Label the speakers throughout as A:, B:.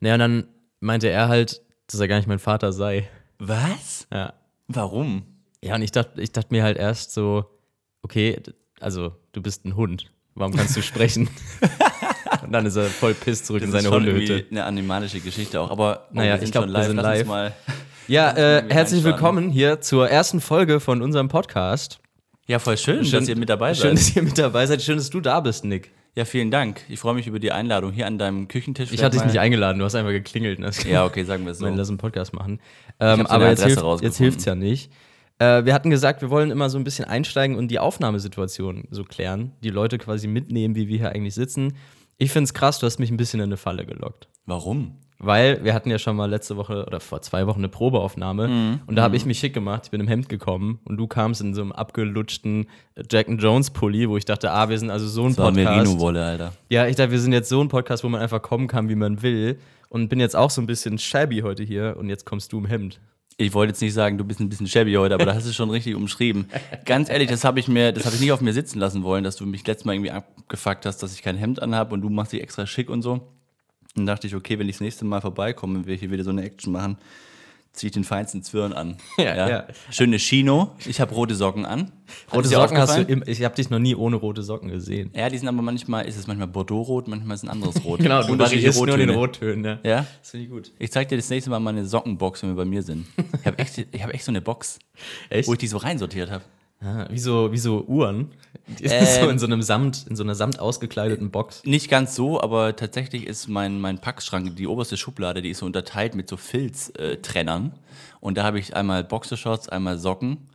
A: Naja, und dann meinte er halt, dass er gar nicht mein Vater sei.
B: Was?
A: Ja.
B: Warum?
A: Ja, und ich dachte, ich dachte mir halt erst so, okay, d- also du bist ein Hund. Warum kannst du sprechen? und dann ist er voll piss zurück in
B: ist
A: seine
B: schon
A: Hundehütte.
B: irgendwie eine animalische Geschichte auch. Aber oh,
A: Naja,
B: wir sind
A: ich glaub,
B: schon
A: wir
B: live.
A: sind
B: Lass
A: live.
B: Uns mal.
A: Ja, äh,
B: irgendwie
A: herzlich
B: einstarten.
A: willkommen hier zur ersten Folge von unserem Podcast.
B: Ja, voll schön, dass ihr mit dabei
A: Schön,
B: seid.
A: dass ihr mit dabei seid. Schön, dass du da bist, Nick.
B: Ja, vielen Dank. Ich freue mich über die Einladung hier an deinem Küchentisch.
A: Ich hatte dich nicht
B: Vielleicht
A: eingeladen, du hast einfach geklingelt. Ne?
B: mal- Ja, okay, sagen wir so.
A: Wenn lass einen Podcast machen. Ähm,
B: deine
A: aber jetzt
B: Adresse
A: hilft jetzt
B: rausgefunden.
A: hilft's ja nicht. Äh, wir hatten gesagt, wir wollen immer so ein bisschen einsteigen und die Aufnahmesituation so klären. Die Leute quasi mitnehmen, wie wir hier eigentlich sitzen. Ich finde es krass, du hast mich ein bisschen in eine Falle gelockt.
B: Warum?
A: Weil wir hatten ja schon mal letzte Woche oder vor zwei Wochen eine Probeaufnahme
B: Mhm.
A: und da habe ich mich schick gemacht. Ich bin im Hemd gekommen und du kamst in so einem abgelutschten Jack and Jones Pulli, wo ich dachte, ah, wir sind also so ein
B: Das war
A: Podcast.
B: Merino-Wolle, Alter.
A: Ja, ich dachte, wir sind jetzt so ein Podcast, wo man einfach kommen kann, wie man will. Und bin jetzt auch so ein bisschen shabby heute hier. Und jetzt kommst du im Hemd.
B: Ich wollte jetzt nicht sagen, du bist ein bisschen shabby heute, aber da hast du es schon richtig umschrieben. Ganz ehrlich, das habe ich mir, das habe ich nicht auf mir sitzen lassen wollen, dass du mich letztes Mal irgendwie abgefuckt hast, dass ich kein Hemd anhabe und du machst dich extra schick und so. Dann dachte ich, okay, wenn ich das nächste Mal vorbeikomme und wir hier wieder so eine Action machen, ziehe ich den feinsten Zwirn an.
A: Ja, ja.
B: Schöne Chino. Ich habe rote Socken an. Hat
A: Rote
B: es dir
A: Socken hast du
B: aufgefallen?
A: im, Ich habe dich noch nie ohne rote Socken gesehen.
B: Ja, die sind aber manchmal, ist es manchmal Bordeaux-rot, manchmal ist ein anderes Rot.
A: unterschiedliche
B: Unterschiedliche
A: Genau, nur in den
B: Rottöne.
A: Rottönen. Ja.
B: Ja?
A: Das finde ich gut.
B: Ich zeig dir das nächste Mal meine Sockenbox, wenn wir bei mir sind. Ich habe echt, ich hab echt so eine Box,
A: Echt?
B: wo ich die so reinsortiert habe.
A: Ah, wie, so, wie so Uhren. Die
B: Ähm.
A: so in so einem Samt, in so einer samt ausgekleideten Box.
B: Nicht ganz so, aber tatsächlich ist mein, mein Packschrank, die oberste Schublade, die ist so unterteilt mit so Filztrennern. Und da habe ich einmal Boxershorts, einmal Socken.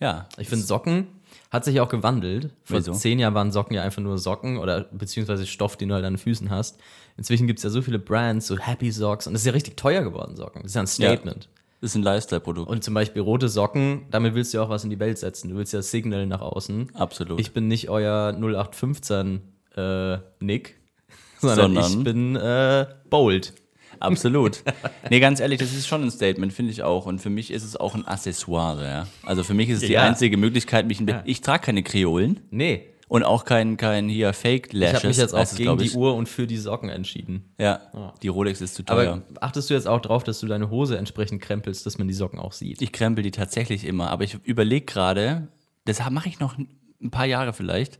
B: Ja.
A: Ich finde, Socken hat sich auch gewandelt. Vor
B: Wieso?
A: zehn Jahren waren Socken ja einfach nur Socken oder beziehungsweise Stoff, den du halt an den Füßen hast. Inzwischen gibt es ja so viele Brands, so Happy Socks. Und das ist ja richtig teuer geworden, Socken. Das ist ja ein Statement.
B: Das ist ein Lifestyle-Produkt.
A: Und zum Beispiel rote Socken, damit willst du ja auch was in die Welt setzen. Du willst ja Signal nach außen.
B: Absolut.
A: Ich bin nicht euer 0815 äh, Nick, sondern,
B: Sondern?
A: ich bin äh, bold.
B: Absolut. nee, ganz ehrlich, das ist schon ein Statement, finde ich auch. Und für mich ist es auch ein Accessoire, ja. Also für mich ist es die
A: Ja.
B: einzige Möglichkeit, mich ein bisschen. Ich trage keine Kreolen
A: Nee,
B: und auch kein, kein hier Fake
A: ich
B: Lashes.
A: habe mich jetzt auch
B: heißt es,
A: gegen
B: glaub
A: die
B: ich. Ah,
A: Uhr und für die Socken entschieden.
B: Ja, die Rolex ist zu
A: Aber
B: teuer.
A: achtest du jetzt auch drauf, dass du deine Hose entsprechend krempelst, dass man die Socken auch sieht?
B: Ich krempel die tatsächlich immer, aber ich überlege gerade, das mache ich noch ein paar Jahre vielleicht.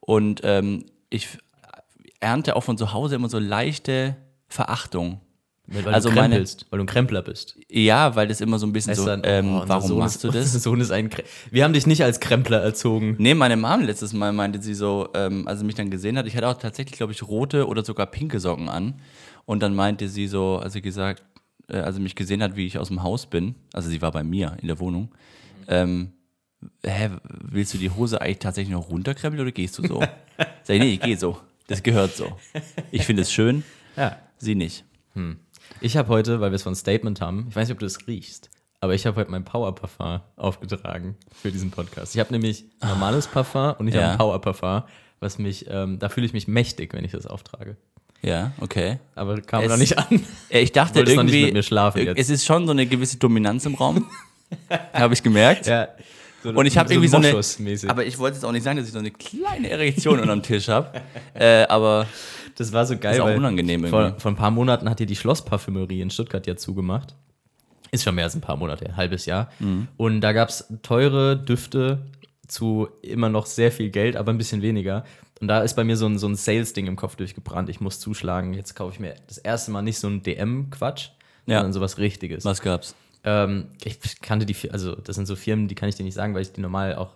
B: Und ähm, ich ernte auch von zu Hause immer so leichte Verachtung.
A: Weil
B: also
A: du
B: meine-
A: krempelst, weil du ein Krempler bist.
B: Ja, weil das immer so ein bisschen
A: Heißt
B: so,
A: dann, oh,
B: ähm,
A: unser
B: warum
A: Sohn
B: machst
A: ist,
B: du das?
A: Unser Sohn ist ein Kre Wir haben dich nicht als Krempler erzogen.
B: Nee, meine Mom letztes Mal meinte sie so, ähm, als sie mich dann gesehen hat, ich hatte auch tatsächlich, glaube ich, rote oder sogar pinke Socken an. Und dann meinte sie so, als sie gesagt, äh, als sie mich gesehen hat, wie ich aus dem Haus bin, also sie war bei mir in der Wohnung, ähm, hä, willst du die Hose eigentlich tatsächlich noch runterkrempeln oder gehst du so? Sag ich, nee, ich gehe so. Das gehört so. Ich finde es schön,
A: Ja.
B: sie nicht.
A: Ich habe heute, weil wir es von Statement haben, ich weiß nicht, ob du es riechst, aber ich habe heute mein Power Parfum aufgetragen für diesen Podcast. Ich habe nämlich normales Parfum und ich
B: Ja.
A: habe ein Power Parfum, was mich, ähm, da fühle ich mich mächtig, wenn ich das auftrage.
B: Ja, okay.
A: Aber kam
B: Es-
A: noch nicht an.
B: Äh, Ich dachte
A: Wolltest noch nicht
B: irgendwie,
A: mit mir schlafen jetzt.
B: es ist schon so eine gewisse Dominanz im Raum. Habe ich gemerkt.
A: Ja.
B: Und ich habe irgendwie so eine.
A: Aber
B: Aber ich wollte jetzt auch nicht sagen, dass ich so eine kleine Erektion unterm Tisch habe. Äh, aber
A: das war so geil.
B: ist auch
A: weil
B: unangenehm
A: Vor,
B: irgendwie.
A: vor ein paar Monaten hat hier die Schlossparfümerie in Stuttgart ja zugemacht. Ist schon mehr als ein paar Monate, ein halbes Jahr.
B: Mhm.
A: Und da gab es teure Düfte zu immer noch sehr viel Geld, aber ein bisschen weniger. Und da ist bei mir so ein, so ein Sales-Ding im Kopf durchgebrannt. Ich muss zuschlagen. Jetzt kaufe ich mir das erste Mal nicht so ein DM-Quatsch,
B: Ja.
A: sondern sowas Richtiges.
B: was gab's?
A: Ähm, ich kannte die, Fi- also das sind so Firmen, die kann ich dir nicht sagen, weil ich die normal auch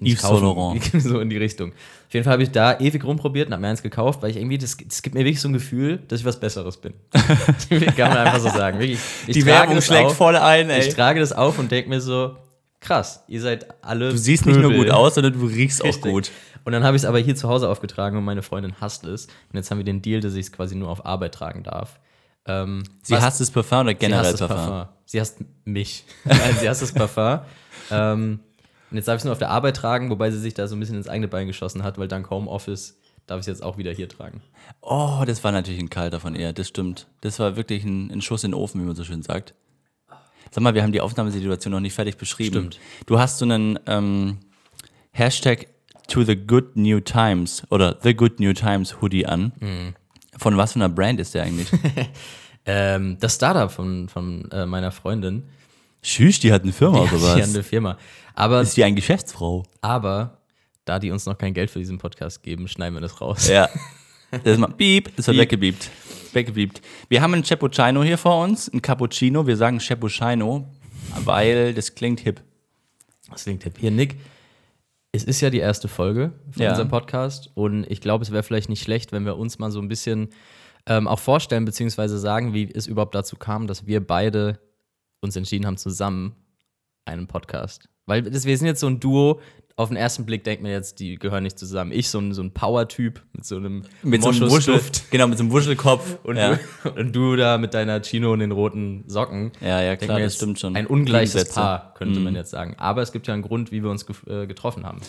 B: Yves Saint Laurent.
A: so in die Richtung. Auf jeden Fall habe ich da ewig rumprobiert und habe mir eins gekauft, weil ich irgendwie, das, das gibt mir wirklich so ein Gefühl, dass ich was Besseres bin. kann man einfach so sagen. Wirklich, ich
B: Die
A: trage
B: Werbung
A: das
B: schlägt
A: auf,
B: voll ein, ey.
A: Ich trage das auf und denke mir so, krass, ihr seid alle
B: du siehst nicht nur gut aus, sondern du riechst auch gut.
A: Und dann habe ich es aber hier zu Hause aufgetragen und meine Freundin hasst es. Und jetzt haben wir den Deal, dass ich es quasi nur auf Arbeit tragen darf. Ähm,
B: Sie hasst das Parfum oder generell
A: sie hasst
B: Parfum?
A: das Parfum. Sie hasst mich. Nein, sie hasst das Parfum. Ähm, und jetzt darf ich es nur auf der Arbeit tragen, wobei sie sich da so ein bisschen ins eigene Bein geschossen hat, weil dank Homeoffice darf ich es jetzt auch wieder hier tragen.
B: Oh, das war natürlich ein kalter von ihr, das stimmt. Das war wirklich ein, ein Schuss in den Ofen, wie man so schön sagt. Sag mal, wir haben die Aufnahmesituation noch nicht fertig beschrieben.
A: Stimmt.
B: Du hast so einen ähm, Hashtag to the good new times oder the good new times Hoodie an. Von was für einer Brand ist der eigentlich?
A: Ähm, das Startup von, von äh, meiner Freundin,
B: Schüch, die hat eine Firma
A: die
B: oder was?
A: hat eine Firma. Aber,
B: Oh, Ist die ein Geschäftsfrau?
A: aber da die uns noch kein Geld für diesen Podcast geben, schneiden wir das raus.
B: Ja. Das ist mal beep, das wird weggebiebt. Weggebiebt. Wir haben einen Cappuccino hier vor uns, einen Cappuccino. Wir sagen Cappuccino, weil das klingt hip.
A: Das klingt hip. Hier, Nick, es ist ja die erste Folge von
B: Ja.
A: unserem Podcast und ich glaube, es wäre vielleicht nicht schlecht, wenn wir uns mal so ein bisschen ähm, auch vorstellen, beziehungsweise sagen, wie es überhaupt dazu kam, dass wir beide uns entschieden haben, zusammen einen Podcast. Weil das, wir sind jetzt so ein Duo, auf den ersten Blick denkt man jetzt, die gehören nicht zusammen. Ich, so ein, so ein Power-Typ mit so einem Moschusduft.
B: genau, mit so einem Wuschelkopf.
A: Und,
B: ja.
A: du, und du da mit deiner Chino und den roten Socken.
B: ja, ja,
A: Denk
B: klar,
A: mir
B: das
A: jetzt,
B: stimmt schon.
A: Ein ungleiches
B: Gegensätze.
A: Paar, könnte man jetzt sagen. Aber es gibt ja einen Grund, wie wir uns gef- äh, getroffen haben.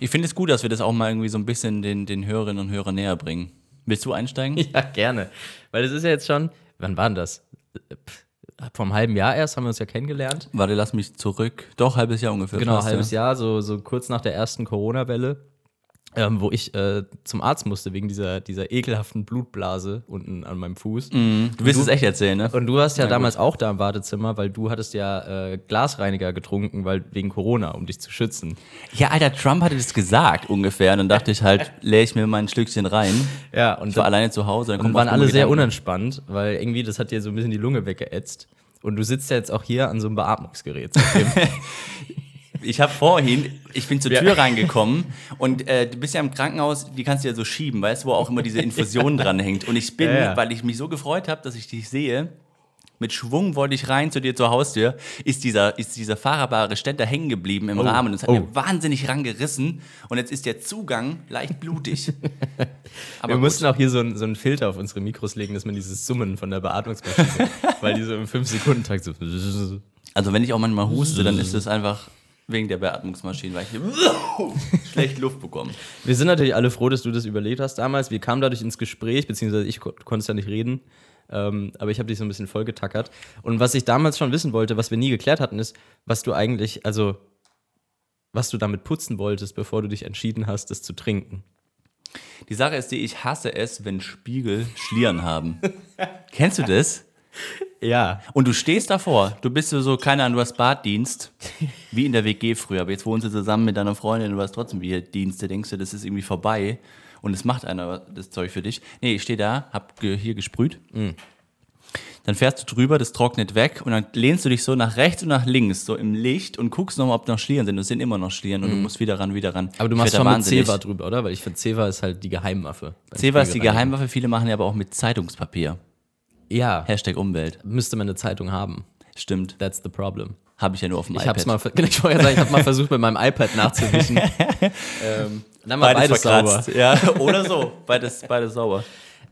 B: Ich finde es gut, dass wir das auch mal irgendwie so ein bisschen den, den Hörerinnen und Hörern näher bringen. Willst du einsteigen?
A: Ja, gerne. Weil das ist ja jetzt schon, wann war denn das? Äh, pff, Vor einem halben Jahr erst haben wir uns ja kennengelernt.
B: Warte, lass mich zurück. Doch, halbes Jahr ungefähr.
A: Genau,
B: passt,
A: halbes
B: ja.
A: Jahr, so, so kurz nach der ersten Corona-Welle, ähm, wo ich äh, zum Arzt musste wegen dieser, dieser ekelhaften Blutblase unten an meinem Fuß.
B: Du willst es echt erzählen, ne?
A: Und du warst ja damals auch da im Wartezimmer, weil du hattest ja äh, Glasreiniger getrunken, weil wegen Corona, um dich zu schützen.
B: Ja, Alter, Trump hatte das gesagt ungefähr. Und dann dachte ich halt, leer ich mir mal ein Stückchen rein.
A: Ja, und
B: Ich war alleine zu Hause. Dann
A: Und
B: kommen
A: waren alle sehr unentspannt, weil irgendwie das hat dir so ein bisschen die Lunge weggeätzt. Und du sitzt ja jetzt auch hier an so einem Beatmungsgerät. seitdem.
B: Ich habe vorhin, ich bin zur
A: Ja.
B: Tür reingekommen und äh, du bist ja im Krankenhaus, die kannst du ja so schieben, weißt du, wo auch immer diese Infusion dranhängt. Und ich bin,
A: Ja, ja.
B: weil ich mich so gefreut habe, dass ich dich sehe, mit Schwung wollte ich rein zu dir zur Haustür, ist dieser, ist dieser fahrbare Ständer hängen geblieben im Rahmen und es hat
A: Oh.
B: mir wahnsinnig rangerissen und jetzt ist der Zugang leicht blutig. Aber
A: Wir
B: gut.
A: mussten auch hier so, einen- so einen Filter auf unsere Mikros legen, dass man dieses Summen von der Beatmungsmaschine, weil die so im 5-Sekunden-Takt so.
B: Also wenn ich auch manchmal huste, dann ist es einfach wegen der Beatmungsmaschine, weil ich hier schlecht Luft bekomme.
A: Wir sind natürlich alle froh, dass du das überlebt hast damals. Wir kamen dadurch ins Gespräch, beziehungsweise ich kon- konntest ja nicht reden. Ähm, aber ich habe dich so ein bisschen vollgetackert. Und was ich damals schon wissen wollte, was wir nie geklärt hatten, ist, was du eigentlich, also, was du damit putzen wolltest, bevor du dich entschieden hast, das zu trinken.
B: Die Sache ist die, ich hasse es, wenn Spiegel Schlieren haben. Kennst du das?
A: Ja.
B: Und du stehst davor, du bist so- so, keine Ahnung, du hast Baddienst, wie in der WG früher, aber jetzt wohnst du zusammen mit deiner Freundin, du hast trotzdem wieder Dienste, denkst du, das ist irgendwie vorbei und es macht einer das Zeug für dich. Nee, ich stehe da, hab ge hier gesprüht,
A: Mhm.
B: dann fährst du drüber, das trocknet weg und dann lehnst du dich so nach rechts und nach links, so im Licht und guckst nochmal, ob noch Schlieren sind. Es sind immer noch Schlieren und du musst wieder ran, wieder ran.
A: Mhm. Aber du
B: Ich
A: machst
B: werd da
A: schon mit
B: wahnsinnig.
A: Zewa drüber, oder? Weil ich finde, Zewa ist halt die Geheimwaffe. beim
B: Zewa ist die
A: Spiegelreinigen.
B: Geheimwaffe, viele machen ja aber auch mit Zeitungspapier.
A: Ja,
B: Hashtag Umwelt.
A: müsste man eine Zeitung haben.
B: Stimmt.
A: That's the problem.
B: Habe ich ja nur auf dem
A: Ich
B: iPad.
A: hab's mal, ver- genau, ich wollte gerade sagen, ich hab mal versucht, mit meinem iPad nachzuwischen. ähm, dann mal beides, sauber.
B: Ja, oder so. Beides, beides sauber.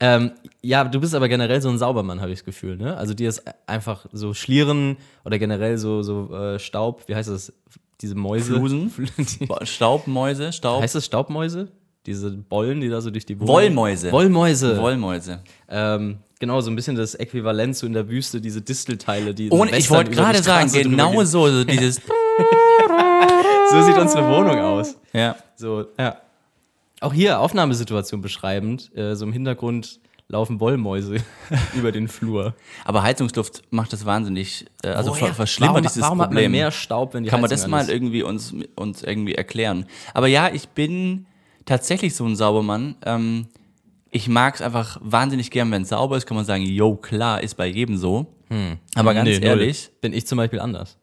A: Ähm, ja, du bist aber generell so ein Saubermann, habe ich das Gefühl, ne? Also dir ist einfach so Schlieren oder generell so, so äh, Staub, wie heißt das? Diese Mäuse.
B: Flusen?
A: Die-
B: Boah, Staubmäuse, Staub.
A: heißt das Staubmäuse? Diese Bollen, die da so durch die Wohnung-
B: Wollmäuse.
A: Wollmäuse.
B: Wollmäuse.
A: ähm, genau, so ein bisschen das Äquivalent so in der Wüste, diese Distelteile, die. in
B: Und ich
A: Western
B: wollte
A: über die
B: gerade sagen,
A: Straße drüber
B: genau
A: gehen.
B: so, so dieses.
A: So sieht unsere Wohnung aus.
B: ja.
A: So, ja. Auch hier Aufnahmesituation beschreibend. Äh, so im Hintergrund laufen Wollmäuse über den Flur.
B: Aber Heizungsluft macht das wahnsinnig, äh, also ver
A: Woher?
B: verschlimmert
A: Oh warum,
B: dieses
A: warum
B: Problem.
A: Hat man mehr Staub, wenn die
B: Kann man das
A: Heizung an
B: mal
A: ist?
B: irgendwie uns, uns irgendwie erklären? Aber ja, ich bin tatsächlich so ein Saubermann. Ähm, ich mag es einfach wahnsinnig gern, wenn es sauber ist, kann man sagen, yo, klar, ist bei jedem so. Aber ganz
A: Hm. Nee, null.
B: ehrlich.
A: Bin ich zum Beispiel anders.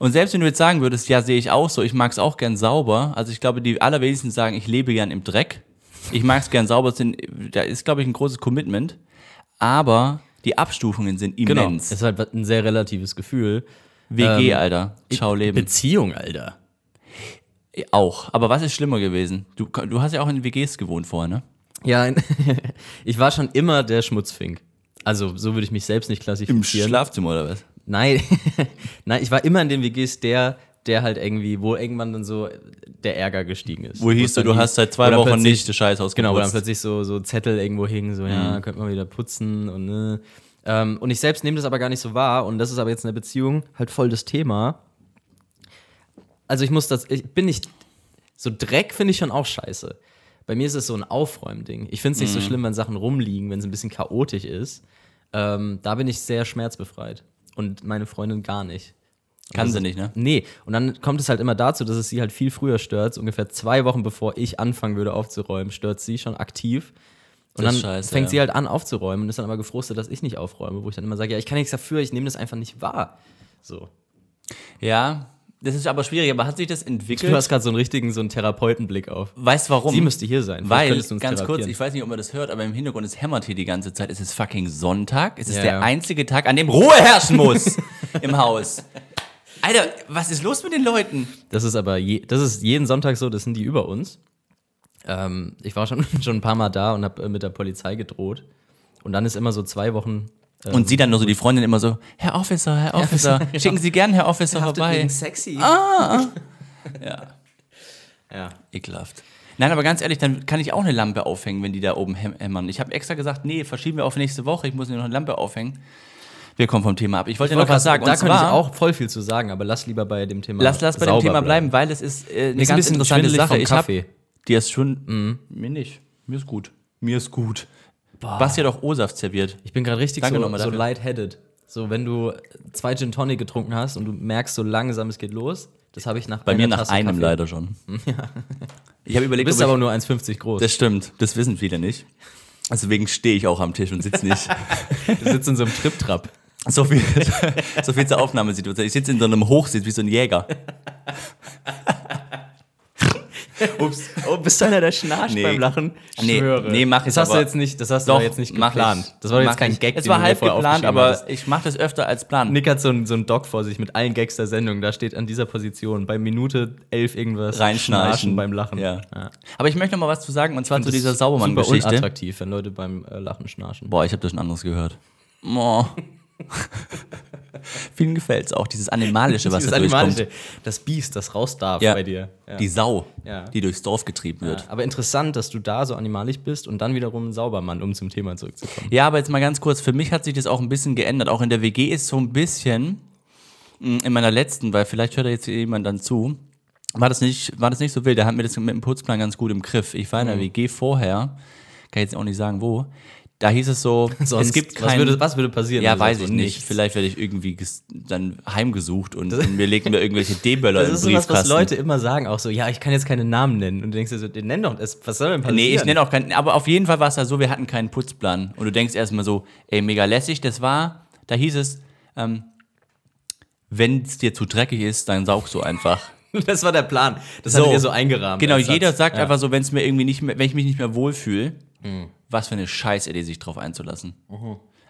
B: Und selbst wenn du jetzt sagen würdest, ja, sehe ich auch so, ich mag es auch gern sauber. Also ich glaube, die allerwenigsten sagen, ich lebe gern im Dreck. Ich mag es gern sauber. Sind, da ist, glaube ich, ein großes Commitment. Aber die Abstufungen sind
A: Es ähm,
B: immens.
A: ist halt ein sehr relatives Gefühl.
B: WG, Alter. Ciao, Leben. Äh,
A: Beziehung, Alter.
B: Auch. Aber was ist schlimmer gewesen? Du, du hast ja auch in WGs gewohnt vorher, ne?
A: Ja, in- ich war schon immer der Schmutzfink. Also, so würde ich mich selbst nicht klassifizieren.
B: Schlafzimmer oder was?
A: Nein, nein, ich war immer in den WGs der, der halt irgendwie, wo irgendwann dann so der Ärger gestiegen ist.
B: Wo
A: es
B: hieß du,
A: dann
B: du
A: hieß-
B: hast seit
A: wo
B: zwei
A: dann
B: Wochen
A: plötzlich-
B: nicht das Scheißhaus
A: Genau, wo dann
B: geputzt.
A: plötzlich so, so Zettel irgendwo hingen, so, ja, könnte man wieder putzen und ne. Ähm, und ich selbst nehme das aber gar nicht so wahr und das ist aber jetzt in der Beziehung halt voll das Thema. Also ich muss das, ich bin nicht, so Dreck finde ich schon auch scheiße. Bei mir ist es so ein Aufräumding. Ich finde es nicht so schlimm, wenn Sachen rumliegen, wenn es ein bisschen chaotisch ist. Ähm, da bin ich sehr schmerzbefreit. Und meine Freundin gar nicht.
B: Kann
A: Also-
B: sie nicht, ne?
A: Nee. Und dann kommt es halt immer dazu, dass es sie halt viel früher stört. So Ungefähr zwei Wochen bevor ich anfangen würde aufzuräumen, stört sie schon aktiv. Und
B: Das
A: dann
B: ist scheiße,
A: fängt
B: ja.
A: sie halt an aufzuräumen und ist dann aber gefrustet, dass ich nicht aufräume, wo ich dann immer sage, ja, ich kann nichts dafür, ich nehme das einfach nicht wahr. So.
B: Ja, das ist aber schwierig. Aber hat sich das
A: Du
B: entwickelt?
A: hast gerade so einen richtigen, so einen Therapeutenblick auf.
B: Weißt du warum?
A: Sie müsste hier sein. Vielleicht
B: Weil,
A: könntest du uns
B: ganz kurz,
A: therapieren.
B: ich weiß nicht, ob man das hört, aber im Hintergrund, es hämmert hier die ganze Zeit. Es ist fucking Sonntag. Es ist
A: Ja,
B: der
A: ja.
B: einzige Tag, an dem Ruhe herrschen muss im Haus. Alter, was ist los mit den Leuten?
A: Das ist aber je, das ist jeden Sonntag so, das sind die über uns. Ähm, ich war schon, schon ein paar Mal da und habe mit der Polizei gedroht. Und dann ist immer so zwei Wochen
B: Und sie dann nur so, die Freundin immer so, Herr Officer, Herr Officer,
A: Officer, ja.
B: schicken Sie gern Herr Officer vorbei.
A: sexy.
B: Ja,
A: Ja.
B: ekelhaft. Nein, aber ganz ehrlich, dann kann ich auch eine Lampe aufhängen, wenn die da oben häm- hämmern. Ich habe extra gesagt, nee, verschieben wir auf nächste Woche, ich muss nur noch eine Lampe aufhängen. Wir kommen vom Thema ab. Ich wollte
A: Ich
B: ja noch
A: wollte
B: was sagen.
A: sagen, da
B: Und
A: könnte ich
B: zwar-
A: auch voll viel zu sagen, aber lass lieber bei dem Thema
B: Lass, lass bei dem
A: sauber
B: Thema bleiben, weil es ist äh, eine
A: Ist ein
B: ganz
A: bisschen
B: interessante
A: schwindelig
B: Sache.
A: vom
B: Ich hab,
A: Kaffee.
B: die ist schon. Mir nicht. Mir ist gut. Mir ist gut.
A: Boah.
B: Basti hat auch O-Saft serviert.
A: Ich bin gerade richtig
B: Danke
A: so,
B: nochmal
A: so
B: dafür.
A: lightheaded. So, wenn du zwei Gin Tonic getrunken hast und du merkst so langsam, es geht los, das habe ich nach
B: Bei
A: einer
B: mir nach
A: Tasse
B: einem
A: Kaffee.
B: leider schon. Ich
A: Du
B: habe überlegt,
A: bist
B: ob
A: aber
B: ich,
A: nur 1,50 groß.
B: das stimmt. Das wissen viele nicht. Deswegen stehe ich auch am Tisch und sitze nicht.
A: Du sitzt in so einem Trip-Trap.
B: so, viel, so viel zur Aufnahmesituation. Ich sitze in so einem Hochsitz wie so ein Jäger.
A: Ups. Oh, bist du einer, der schnarcht
B: Nee.
A: beim Lachen?
B: Nee,
A: Schwöre.
B: nee, mach ich
A: das hast du
B: aber-
A: jetzt nicht, Das hast du
B: Doch,
A: aber jetzt nicht
B: mach
A: geplant.
B: geplant.
A: Das war jetzt
B: Mach
A: kein
B: ich.
A: Gag,
B: Es
A: den
B: war
A: du
B: halb
A: vorher
B: geplant,
A: aufgeschrieben
B: aber
A: hattest.
B: ich mache das öfter als Plan.
A: Nick hat so ein, so ein Doc vor sich mit allen Gags der Sendung. Da steht an dieser Position bei Minute elf irgendwas.
B: Reinschnarchen.
A: Schnarchen beim Lachen.
B: Ja.
A: Ja.
B: Aber ich möchte noch mal was zu sagen, und zwar zu
A: Das
B: dieser
A: ist
B: Saubermann-Geschichte.
A: Super unattraktiv, wenn Leute beim äh, Lachen schnarchen.
B: Boah, ich habe da schon anderes gehört. Boah. Vielen gefällt's auch, dieses Animalische, was
A: Dieses
B: da durchkommt.
A: Animalische, das Biest, das raus darf
B: Ja.
A: bei dir. Ja.
B: Die Sau,
A: Ja.
B: die durchs Dorf getrieben
A: ja.
B: wird.
A: Aber interessant, dass du da so animalisch bist und dann wiederum ein Saubermann, um zum Thema zurückzukommen.
B: Ja, aber jetzt mal ganz kurz, für mich hat sich das auch ein bisschen geändert. Auch in der WG ist so ein bisschen, mh, in meiner letzten, weil vielleicht hört da jetzt jemand dann zu, war das nicht, war das nicht so wild. Da hatten wir das mit dem Putzplan ganz gut im Griff. Ich war in der
A: Mhm.
B: WG vorher, kann jetzt auch nicht sagen wo, da hieß es so, es gibt
A: was
B: keinen...
A: würde, was würde passieren?
B: Ja,
A: wenn du
B: weiß ich
A: sagst,
B: nicht.
A: nichts?
B: Vielleicht werde ich irgendwie ges- dann heimgesucht und, und mir legen mir irgendwelche D-Böller
A: Das
B: im
A: ist sowas,
B: Briefkasten.
A: was Leute immer sagen, auch so, ja, ich kann jetzt keine Namen nennen. Und du denkst dir so, den nenn doch, es- was soll denn passieren?
B: Nee, ich nenne auch keinen, aber auf jeden Fall war es ja so, wir hatten keinen Putzplan. Und du denkst erstmal so, ey, mega lässig, das war, da hieß es, ähm, wenn es dir zu dreckig ist, dann saugst du einfach.
A: Das war der Plan. Das so. hat dir so eingerahmt.
B: Genau,
A: als Satz.
B: jeder sagt
A: ja. Mhm.
B: einfach so, wenn es mir irgendwie nicht mehr, wenn ich mich nicht mehr wohlfühle, was für eine Scheißidee, sich drauf einzulassen.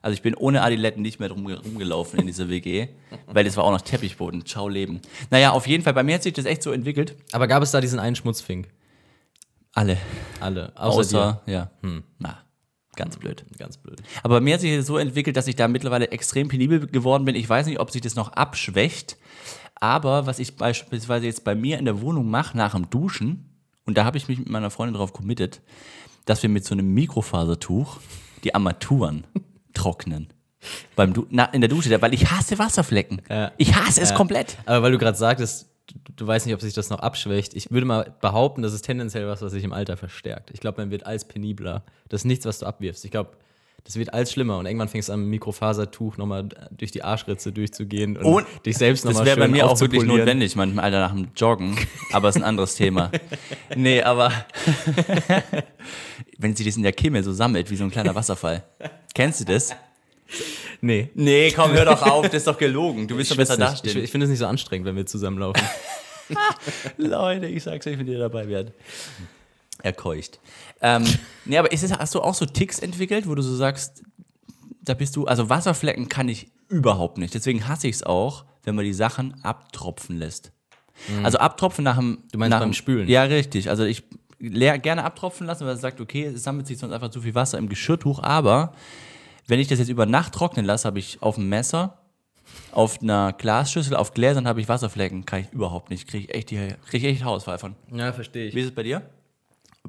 B: Also ich bin ohne Adiletten nicht mehr drum rumgelaufen in dieser WG, weil das war auch noch Teppichboden. Ciao Leben. Naja, auf jeden Fall, bei mir hat sich das echt so entwickelt.
A: Aber gab es da diesen einen Schmutzfink?
B: Alle.
A: Alle. Außer, Hm.
B: Außer, ja. Na, ganz blöd.
A: dir. Ganz blöd.
B: Aber bei mir hat sich das so entwickelt, dass ich da mittlerweile extrem penibel geworden bin. Ich weiß nicht, ob sich das noch abschwächt. Aber was ich beispielsweise jetzt bei mir in der Wohnung mache, nach dem Duschen, und da habe ich mich mit meiner Freundin drauf committed, dass wir mit so einem Mikrofasertuch die Armaturen trocknen. Beim du na, in der Dusche, weil ich hasse Wasserflecken.
A: Ja.
B: Ich hasse es komplett.
A: Aber weil du gerade sagtest, du, du weißt nicht, ob sich das noch abschwächt. Ich würde mal behaupten, das ist tendenziell was, was sich im Alter verstärkt. Ich glaube, man wird als penibler. Das ist nichts, was du abwirfst. Ich glaube, das wird als schlimmer. Und irgendwann fängst du an, mit dem Mikrofasertuch nochmal durch die Arschritze durchzugehen und,
B: Und
A: dich selbst
B: Das
A: nochmal
B: wäre
A: schön
B: bei mir auch wirklich
A: aufzupolieren.
B: notwendig, manchmal Alter, nach dem Joggen, aber ist ein anderes Thema. Nee, aber wenn sie das in der Kimme so sammelt, wie so ein kleiner Wasserfall. Kennst du das?
A: Nee.
B: Nee, komm, hör doch auf, das ist doch gelogen. Du willst
A: Ich, weiß nicht. ich, ich finde es nicht so anstrengend, wenn wir zusammenlaufen.
B: Leute, ich sag's euch, wenn ihr dabei wärt. Er keucht. Ähm, nee, aber ist es, hast du auch so Ticks entwickelt, wo du so sagst, da bist du, also Wasserflecken kann ich überhaupt nicht. Deswegen hasse ich es auch, wenn man die Sachen abtropfen lässt. Also abtropfen nach dem. Du
A: meinst
B: nach
A: beim
B: dem-
A: Spülen?
B: Ja, richtig. Also ich leer, gerne abtropfen lassen, weil es sagt, okay, es sammelt sich sonst einfach zu viel Wasser im Geschirrtuch, aber wenn ich das jetzt über Nacht trocknen lasse, habe ich auf dem Messer auf einer Glasschüssel, auf Gläsern habe ich Wasserflecken. Kann ich überhaupt nicht. Kriege ich echt, die- krieg ich echt Haarausfall von.
A: Ja, verstehe
B: Wie
A: ich.
B: ist es bei dir?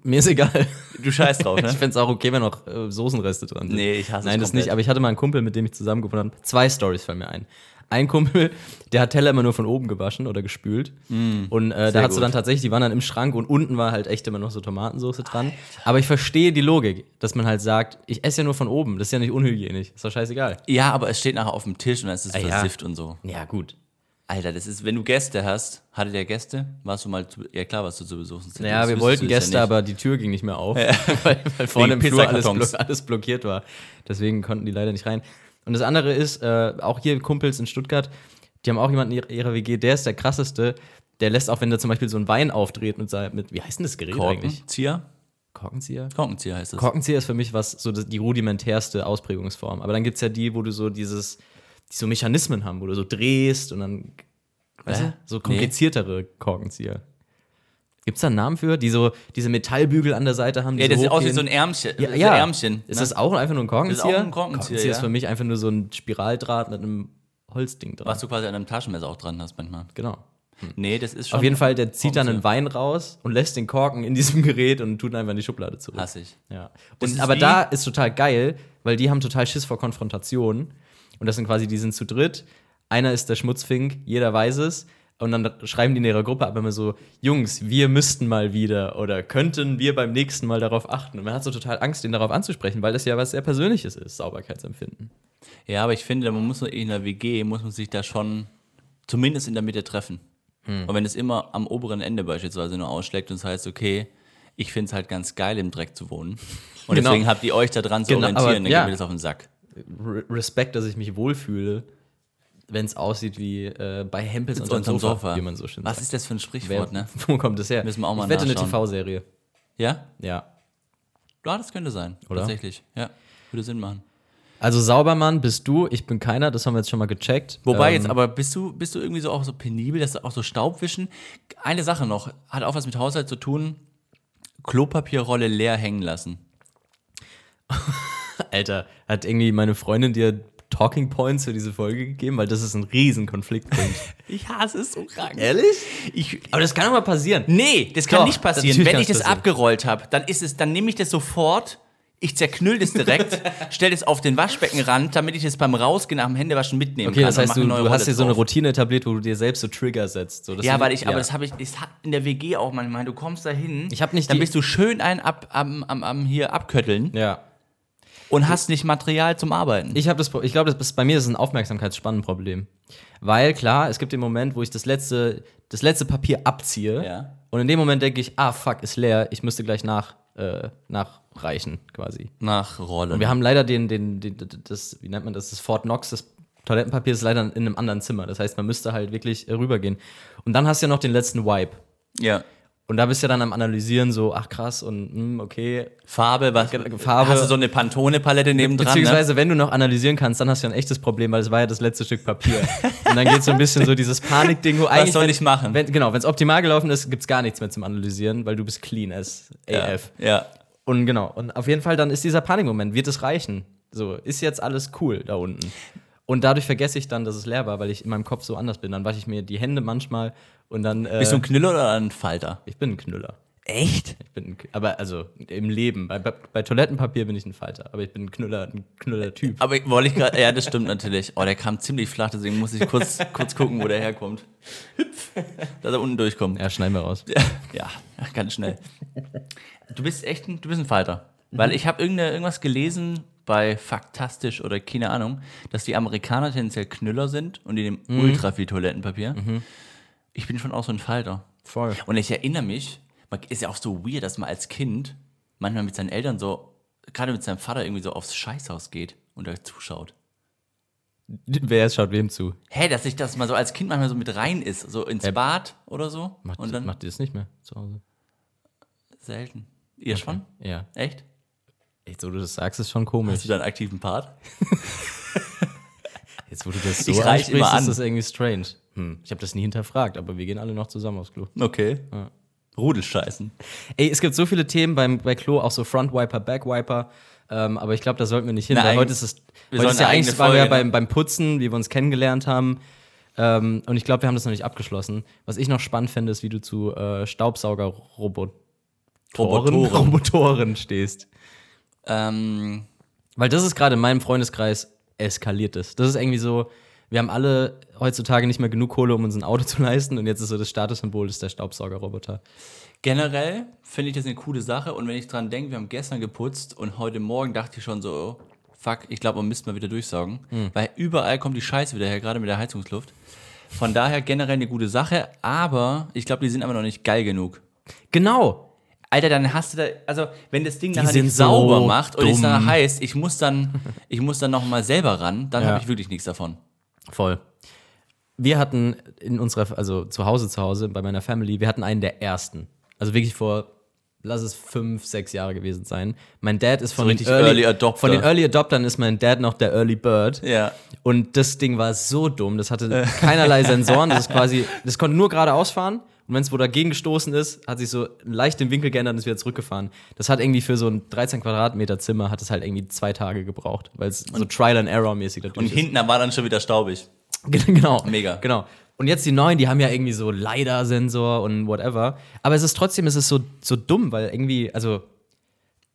A: Mir ist egal.
B: Du scheiß drauf,
A: Ich
B: ne?
A: find's auch okay, wenn noch äh, Soßenreste dran sind.
B: Nee, ich hasse Also es halt
A: Nein, das
B: komplett.
A: nicht. Aber ich hatte mal einen Kumpel, mit dem ich zusammengefunden habe. Zwei Stories fallen mir ein. ein Kumpel, der hat Teller immer nur von oben gewaschen oder gespült. und äh, da
B: Mm, sehr
A: hast du
B: gut.
A: dann tatsächlich, die waren dann im Schrank und unten war halt echt immer noch so Tomatensauce dran. Aber ich verstehe die Logik, dass man halt sagt, ich esse ja nur von oben, das ist ja nicht unhygienisch, ist doch scheißegal.
B: Ja, aber es steht nachher auf dem Tisch und dann ist es
A: ja.
B: versifft und so.
A: Ja, gut.
B: Alter, das ist, wenn du Gäste hast, hattet ihr Gäste? Warst du mal zu, ja klar, warst du zu Besuch. sonst
A: Naja,
B: das
A: wir
B: wüsstest
A: wollten
B: du es ja
A: Gäste,
B: nicht.
A: aber die Tür ging nicht mehr auf, weil, weil vorne im
B: Wegen
A: Flur alles,
B: Pizzakartons.
A: blo alles blockiert war. Deswegen konnten die leider nicht rein. Und das andere ist, äh, auch hier Kumpels in Stuttgart, die haben auch jemanden in ihrer- ihrer WG, der ist der krasseste. Der lässt auch, wenn der zum Beispiel so einen Wein aufdreht mit, seinem- mit wie heißt denn das Gerät eigentlich?
B: Korkenzieher?
A: Korkenzieher?
B: Korkenzieher heißt das.
A: Korkenzieher ist für mich was so das- die rudimentärste Ausprägungsform. Aber dann gibt es ja die, wo du so dieses, die so Mechanismen haben, wo du so drehst und dann weißt
B: Hä?
A: du, so kompliziertere Korkenzieher. Gibt es da einen Namen für? Die so diese Metallbügel an der Seite haben, die
B: ja, das
A: so
B: sieht aus wie
A: hochgehen?
B: so ein Ärmchen.
A: ja,
B: so
A: ja.
B: Ärmchen.
A: Ist
B: ne?
A: das auch einfach nur ein Korkenzieher?
B: Das ist auch ein Korkenzieher,
A: ist
B: ja.
A: für mich einfach nur so ein Spiraldraht mit einem Holzding dran.
B: was du quasi an einem Taschenmesser auch dran hast manchmal.
A: Genau.
B: Nee, das ist schon.
A: Auf jeden Fall, der zieht dann einen
B: Korkenzieher.
A: Wein raus und lässt den Korken in diesem Gerät und tut ihn einfach in die Schublade zurück.
B: Hasse ich.
A: Ja.
B: Das
A: Und,
B: ist
A: aber
B: wie-
A: da ist total geil, weil die haben total Schiss vor Konfrontationen. Und das sind quasi, die sind zu dritt. Einer ist der Schmutzfink, jeder weiß es. Und dann schreiben die in ihrer Gruppe ab immer so: Jungs, wir müssten mal wieder oder könnten wir beim nächsten Mal darauf achten. Und man hat so total Angst, den darauf anzusprechen, weil das ja was sehr Persönliches ist, Sauberkeitsempfinden.
B: Ja, aber ich finde, man muss so in der WG, muss man sich da schon zumindest in der Mitte treffen. Und wenn es immer am oberen Ende beispielsweise nur ausschlägt und es heißt, okay, ich finde es halt ganz geil, im Dreck zu wohnen. Und
A: Genau.
B: deswegen habt ihr euch da dran zu
A: Genau, aber-
B: orientieren, dann
A: ja.
B: geht mir das auf den Sack.
A: Re Respekt, dass ich mich wohlfühle, wenn es aussieht wie äh, bei Hempels
B: Und
A: unterm
B: am
A: Sofa,
B: Sofa.
A: wie man so schön
B: Was
A: sagt.
B: ist das für ein
A: Wer,
B: Sprichwort, ne?
A: Wo kommt das her?
B: Müssen wir auch mal
A: ich wette, eine
B: nachschauen.
A: TV-Serie.
B: Ja?
A: Ja.
B: Ja, das könnte sein.
A: Oder?
B: Tatsächlich. Ja. Würde Sinn machen.
A: Also Saubermann bist du, ich bin keiner, das haben wir jetzt schon mal gecheckt.
B: Wobei
A: Ähm,
B: jetzt aber bist du, bist du irgendwie so auch so penibel, dass du auch so Staubwischen. Eine Sache noch, hat auch was mit Haushalt zu tun. Klopapierrolle leer hängen lassen.
A: Alter, hat irgendwie meine Freundin dir Talking Points für diese Folge gegeben, weil das ist ein riesen Konfliktpunkt.
B: Ich hasse es so krank.
A: Ehrlich?
B: Ich,
A: Aber das kann doch mal passieren.
B: nee, das kann
A: Doch,
B: nicht passieren.
A: natürlich
B: Wenn
A: kann's
B: ich das
A: passieren.
B: abgerollt habe, dann ist es, dann nehme ich das sofort, ich zerknüll das direkt, stelle es auf den Waschbeckenrand, damit ich es beim Rausgehen nach dem Händewaschen mitnehmen
A: Okay,
B: kann.
A: das
B: und
A: heißt,
B: mach eine
A: du,
B: neue
A: du hast
B: Rolle
A: dir so eine
B: drauf.
A: Routine etabliert, wo du dir selbst so Trigger setzt. So, dass
B: Ja,
A: du-
B: weil ich, aber das habe ich, das hat in der WG auch manchmal. Du kommst da hin,
A: Ich hab nicht
B: dann
A: die-
B: bist du schön ein ab, am, am, am hier abkötteln
A: Ja.
B: und hast nicht Material zum Arbeiten.
A: Ich habe das, Pro- ich glaube, das ist, bei mir ist es ein Aufmerksamkeitsspannenproblem. Weil klar, es gibt den Moment, wo ich das letzte, das letzte Papier abziehe.
B: Ja.
A: Und in dem Moment denke ich, ah fuck, ist leer, ich müsste gleich nach, äh, nachreichen quasi.
B: Nach Rolle.
A: Und wir haben leider den, den, den, das, wie nennt man das, das Fort Knox, das Toilettenpapier ist leider in einem anderen Zimmer. Das heißt, man müsste halt wirklich äh, rübergehen. Und dann hast du ja noch den letzten Wipe.
B: ja.
A: Und da bist du ja dann am Analysieren so, ach krass und hm, okay.
B: Farbe, was?
A: Farbe.
B: Hast du so eine Pantone-Palette nebendran? Ne?
A: Beziehungsweise, wenn du noch analysieren kannst, dann hast du ja ein echtes Problem, weil es war ja das letzte Stück Papier. und dann geht so ein bisschen so dieses Panikding, wo eigentlich.
B: soll
A: wenn-
B: ich machen?
A: Wenn, genau, wenn es optimal gelaufen ist, gibt es gar nichts mehr zum Analysieren, weil du bist clean as AF.
B: Ja. ja.
A: Und genau, und auf jeden Fall dann ist dieser Panikmoment, wird es reichen? So, ist jetzt alles cool da unten. Und dadurch vergesse ich dann, dass es leer war, weil ich in meinem Kopf so anders bin. Dann wasche ich mir die Hände manchmal und dann. Äh,
B: Bist du ein Knüller oder ein Falter?
A: ich bin ein Knüller.
B: Echt?
A: Ich bin ein, K- aber also im Leben. Bei, bei, bei Toilettenpapier bin ich ein Falter, aber ich bin ein Knüller, ein Knüller-Typ.
B: Aber ich- wollte ich gerade, ja, das stimmt natürlich. Oh, der kam ziemlich flach, deswegen muss ich kurz, kurz gucken, wo der herkommt. Dass er unten durchkommt.
A: Ja, schneiden wir raus.
B: Ja, ganz schnell. Du bist echt ein, du bist ein Falter. Weil ich habe irgendwas gelesen bei Faktastisch oder keine Ahnung, dass die Amerikaner tendenziell Knüller sind und die nehmen ultra viel Toilettenpapier. Ich bin schon auch so ein Falter.
A: Voll.
B: Und ich erinnere mich, man ist ja auch so weird, dass man als Kind manchmal mit seinen Eltern so, gerade mit seinem Vater irgendwie so aufs Scheißhaus geht und da zuschaut.
A: Wer jetzt schaut wem zu?
B: Hä, dass ich das mal so als Kind manchmal so mit rein ist, so ins Bad oder so.
A: Macht,
B: und dann
A: macht ihr das nicht mehr zu Hause?
B: selten. Ihr schon?
A: Ja.
B: Echt?
A: Jetzt, wo du das sagst, ist schon komisch.
B: Hast du da einen aktiven Part?
A: Jetzt, wo du das so
B: Ich reich
A: ansprichst,
B: immer an.
A: ist das irgendwie strange. Hm. Ich habe das nie hinterfragt, aber wir gehen alle noch zusammen aufs Klo.
B: Okay. Rudelscheißen.
A: Ey, es gibt so viele Themen beim, bei Klo, auch so Frontwiper, Backwiper. Ähm, aber ich glaube, da sollten wir nicht hin,
B: Nein.
A: weil heute ist es.
B: Wir
A: heute
B: sollen
A: ist ja
B: eine eigene
A: eigentlich waren wir ja
B: Folge, ne?
A: beim, beim Putzen, wie wir uns kennengelernt haben. Ähm, und ich glaube, wir haben das noch nicht abgeschlossen. Was ich noch spannend finde, ist, wie du zu äh, Staubsaugerrobotoren
B: Robotoren.
A: Robotoren stehst.
B: Ähm,
A: Weil das ist gerade in meinem Freundeskreis eskaliert ist. Das ist irgendwie so, wir haben alle heutzutage nicht mehr genug Kohle, um uns ein Auto zu leisten. Und jetzt ist so das Statussymbol ist der Staubsaugerroboter.
B: Generell finde ich das eine coole Sache und wenn ich dran denke, wir haben gestern geputzt und heute Morgen dachte ich schon so, fuck, ich glaube, man müsste mal wieder durchsaugen, weil überall kommt die Scheiße wieder her, gerade mit der Heizungsluft. Von daher generell eine gute Sache, aber ich glaube, die sind aber noch nicht geil genug.
A: Genau.
B: Alter, dann hast du da, also wenn das Ding nachher
A: sind
B: nicht sauber
A: so
B: macht und es
A: dumm.
B: dann heißt, ich muss dann, ich muss dann nochmal selber ran, dann
A: Ja.
B: habe ich wirklich nichts davon.
A: Voll. Wir hatten in unserer, also zu Hause, zu Hause, bei meiner Family, wir hatten einen der ersten. Also wirklich vor, lass es fünf, sechs Jahre gewesen sein. Mein Dad ist von,
B: So
A: den,
B: richtig
A: Early,
B: Early Adopter.
A: von den Early Adoptern ist mein Dad noch der Early Bird.
B: Ja.
A: Und das Ding war so dumm, das hatte keinerlei Sensoren, das ist quasi, das konnte nur geradeaus fahren. Und wenn es wo dagegen gestoßen ist, hat sich so leicht den Winkel geändert und ist wieder zurückgefahren. Das hat irgendwie für so ein 13 Quadratmeter Zimmer, hat es halt irgendwie zwei Tage gebraucht, weil es so Trial and Error mäßig natürlich
B: Und
A: ist.
B: hinten war dann schon wieder staubig.
A: Gen- Genau.
B: Mega.
A: Genau. Und jetzt die neuen, die haben ja irgendwie so LiDAR-Sensor und whatever. Aber es ist trotzdem, es ist so, so dumm, weil irgendwie, also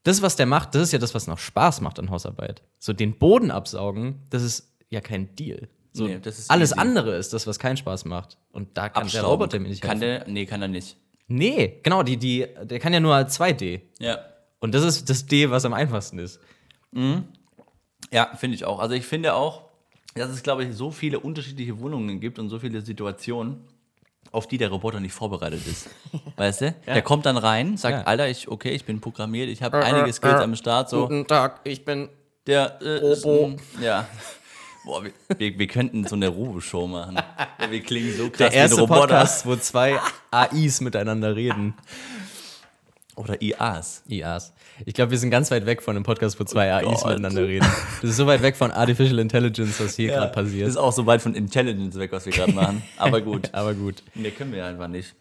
A: das, was der macht, das ist ja das, was noch Spaß macht an Hausarbeit. So den Boden absaugen, das ist ja kein Deal. So
B: Nee, das ist
A: alles
B: easy.
A: andere ist das, was keinen Spaß macht. Und da kann der
B: Abstauben.
A: Roboter mir nicht helfen.
B: Kann der, nee, kann er nicht.
A: nee, genau, die, die, der kann ja nur 2D.
B: Ja.
A: Und das ist das D, was am einfachsten ist.
B: Ja, finde ich auch. Also ich finde auch, dass es, glaube ich, so viele unterschiedliche Wohnungen gibt und so viele Situationen, auf die der Roboter nicht vorbereitet ist. weißt du? Der kommt dann rein, sagt,
A: Ja.
B: Alter, ich, okay, ich bin programmiert, ich habe
A: Äh,
B: einige
A: äh,
B: Skills
A: äh.
B: am Start, so.
A: Guten Tag, ich bin.
B: Der, äh, ist
A: Robo.
B: ein- ja. Boah, wir, wir, wir könnten so eine Robo-Show machen. Ja, wir klingen so krass
A: Der erste
B: wie ein Roboter.
A: Podcast, wo zwei AIs miteinander reden.
B: Oder E IAs.
A: IAs. Ich glaube, wir sind ganz weit weg von einem Podcast, wo zwei AIs
B: Oh Gott.
A: miteinander reden. Das ist so weit weg von Artificial Intelligence, was hier gerade passiert.
B: Das ist auch so weit von Intelligence weg, was wir gerade machen. Aber gut.
A: Aber gut.
B: Nee, können wir einfach nicht.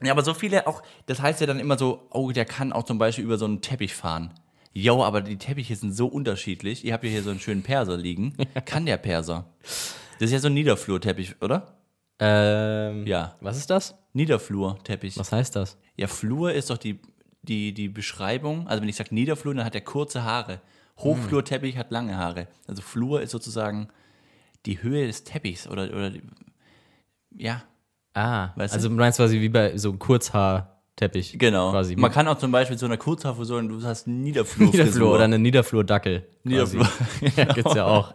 B: Ja, aber so viele auch, das heißt ja dann immer so, oh, der kann auch zum Beispiel über so einen Teppich fahren. Jo, aber die Teppiche sind so unterschiedlich. Ihr habt ja hier so einen schönen Perser liegen. Kann der Perser? Das ist ja so ein Niederflurteppich, oder?
A: Ähm,
B: Ja.
A: Was ist das?
B: Niederflurteppich.
A: Was heißt das?
B: Ja, Flur ist doch die, die, die Beschreibung. Also wenn ich sage Niederflur, dann hat er kurze Haare. Hochflurteppich hat lange Haare. Also Flur ist sozusagen die Höhe des Teppichs oder, oder die, ja,
A: Ah,
B: Weißt du?
A: also du meinst quasi wie bei so einem Kurzhaarteppich.
B: Genau.
A: Quasi.
B: Man kann auch zum Beispiel zu einer Kurzhaarfrisur, du hast einen Niederflur.
A: Niederflur oder eine Niederflurdackel. quasi.
B: Niederflur. genau.
A: ja, gibt's ja auch.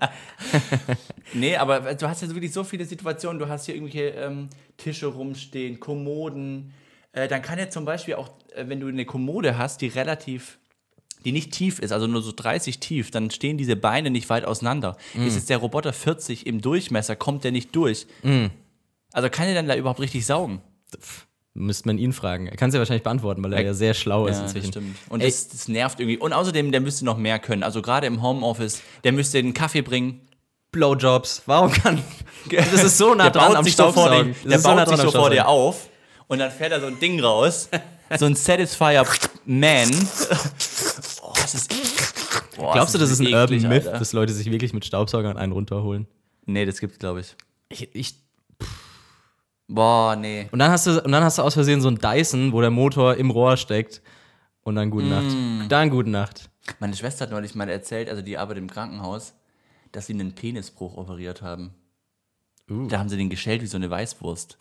B: Nee, aber du hast ja wirklich so viele Situationen. Du hast hier irgendwelche ähm, Tische rumstehen, Kommoden. Äh, dann kann ja zum Beispiel auch, äh, wenn du eine Kommode hast, die relativ, die nicht tief ist, also nur so 30 tief, dann stehen diese Beine nicht weit auseinander. Ist jetzt der Roboter 40 im Durchmesser, kommt der nicht durch. Also kann der dann da überhaupt richtig saugen?
A: Müsste man ihn fragen. Er kann es ja wahrscheinlich beantworten, weil er ja sehr schlau ist
B: das
A: inzwischen.
B: stimmt. Und
A: Ey.
B: das, das nervt irgendwie. Und außerdem, der müsste noch mehr können. Also gerade im Homeoffice, der müsste den Kaffee bringen.
A: Blowjobs. Warum kann. Das ist so nah
B: der
A: dran
B: baut
A: am
B: sich so vor,
A: Staubsaugen.
B: dir,
A: Das
B: der
A: ist so nah
B: baut
A: dran
B: sich
A: am
B: so vor
A: Staubsaugen.
B: dir auf und dann fährt da so ein Ding raus. So ein Satisfier Man. Oh, das ist, Boah,
A: Glaubst du, das ist ein
B: eklig,
A: Urban Myth,
B: Alter.
A: dass Leute sich wirklich mit Staubsaugern einen runterholen?
B: Nee, das gibt's, glaube ich.
A: Ich, ich,
B: Boah, nee.
A: und, dann hast du, und dann hast du aus Versehen so einen Dyson, wo der Motor im Rohr steckt. Und dann gute
B: Mm.
A: Nacht. Dann gute Nacht.
B: Meine Schwester hat neulich mal erzählt, also die arbeitet im Krankenhaus, dass sie einen Penisbruch operiert haben.
A: Uh.
B: Da haben sie den geschält wie so eine Weißwurst.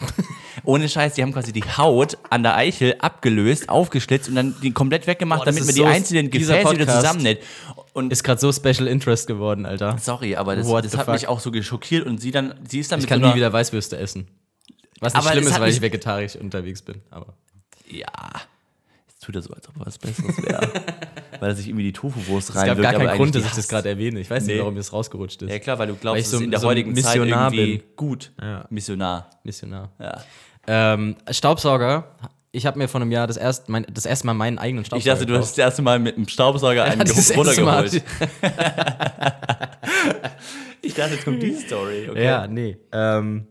B: Ohne Scheiß, die haben quasi die Haut an der Eichel abgelöst, aufgeschlitzt und dann die komplett weggemacht,
A: Boah, das
B: damit
A: ist
B: man
A: so-
B: die einzelnen
A: dieser
B: Gefäße wieder
A: Podcast.
B: zusammennäht. Und
A: Ist gerade so Special Interest geworden, Alter.
B: Sorry, aber das,
A: What
B: das
A: the
B: hat
A: fuck?
B: mich auch so geschockiert und sie dann, sie ist dann
A: Ich
B: mit
A: kann
B: so einer,
A: nie wieder Weißwürste essen. Was nicht
B: Aber
A: schlimm
B: das
A: ist,
B: hat
A: weil ich
B: mich-
A: vegetarisch unterwegs bin. Aber
B: ja, jetzt tut er so, als ob er was Besseres wäre, weil er sich irgendwie die Tofu-Wurst
A: es gab
B: reinwirkt.
A: gar keinen
B: aber
A: Grund, dass
B: eigentlich
A: ich das
B: die hasst.
A: gerade erwähne. Ich weiß nicht,
B: Nee.
A: warum mir das rausgerutscht ist.
B: Ja klar, weil du
A: Weil
B: glaubst,
A: ich so-
B: es ist in der
A: so ein
B: heutigen
A: Missionar
B: Zeit irgendwie gut.
A: Ja.
B: Missionar,
A: Missionar.
B: ja.
A: Ähm, Staubsauger. Ich habe mir vor einem Jahr das erste, mein, das erste Mal meinen eigenen
B: Ich
A: Staubsauger
B: dachte, du hast das erste Mal mit dem Staubsauger einen
A: das
B: geho-
A: erste Mal-
B: runtergeholt. Ich dachte, jetzt kommt die Story. Okay.
A: Ja, nee. Ähm,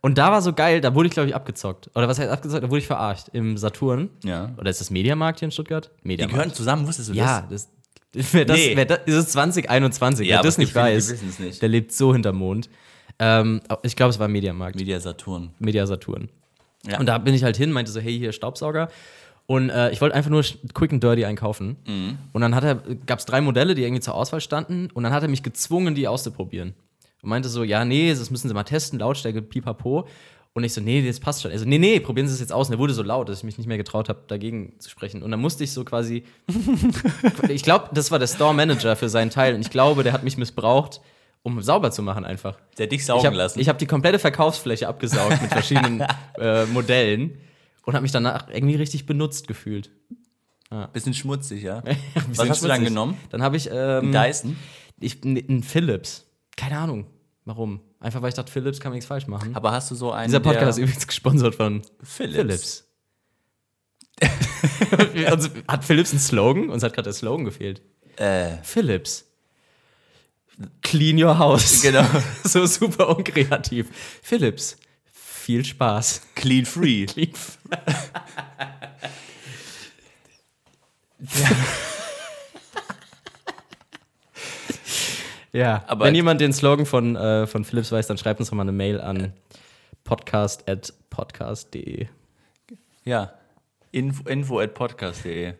A: und da war so geil, da wurde ich, glaube ich, abgezockt. Oder was heißt abgezockt? Da wurde ich verarscht. Im Saturn.
B: Ja.
A: Oder ist das Mediamarkt hier in Stuttgart?
B: Die
A: Mediamarkt.
B: gehören zusammen, wusstest du
A: Ja, das. Wer das,
B: Nee.
A: wer das, das ist 2021.
B: Ja,
A: wer
B: aber
A: das
B: es gibt
A: nicht
B: viele, die
A: weiß,
B: wissen's nicht.
A: der lebt so hinterm Mond. Ähm, ich glaube, es war Mediamarkt.
B: das? Media Saturn.
A: Media Saturn.
B: Ja.
A: Und da bin ich halt hin, meinte so, hey, hier Staubsauger. Und äh, ich wollte einfach nur sch- quick and dirty einkaufen. Und dann hat er, gab es drei Modelle, die irgendwie zur Auswahl standen. Und dann hat er mich gezwungen, die auszuprobieren. und meinte so, ja, nee, das müssen Sie mal testen, Lautstärke, pipapo. Und ich so, nee, das passt schon. Also, nee, nee, probieren Sie es jetzt aus. Und er wurde so laut, dass ich mich nicht mehr getraut habe, dagegen zu sprechen. Und dann musste ich so quasi. ich glaube, das war der Store Manager für seinen Teil. Und ich glaube, der hat mich missbraucht, um sauber zu machen einfach.
B: Der hat dich
A: Ich
B: saugen
A: habe
B: lassen.
A: hab die komplette Verkaufsfläche abgesaugt mit verschiedenen äh, Modellen und habe mich danach irgendwie richtig benutzt gefühlt.
B: bisschen schmutzig, ja.
A: Bisschen
B: Was hast du dann
A: schmutzig.
B: genommen?
A: Dann habe ich ähm,
B: Dyson?
A: ich, n- n Philips. Keine Ahnung, warum. Einfach weil ich dachte, Philips kann mir nichts falsch machen.
B: Aber hast du so einen.
A: Dieser Podcast ist
B: der
A: übrigens gesponsert von
B: Philips.
A: Philips. Uns- hat Philips einen Slogan? Uns hat gerade der Slogan gefehlt.
B: Äh,
A: Philips. Clean your house.
B: genau.
A: so super unkreativ. Philips. Viel Spaß.
B: Clean Free.
A: ja,
B: Aber-
A: wenn jemand den Slogan von, äh, von Philips weiß, dann schreibt uns doch mal eine Mail an podcast.podcast.de.
B: Ja. Info, info at podcast.de.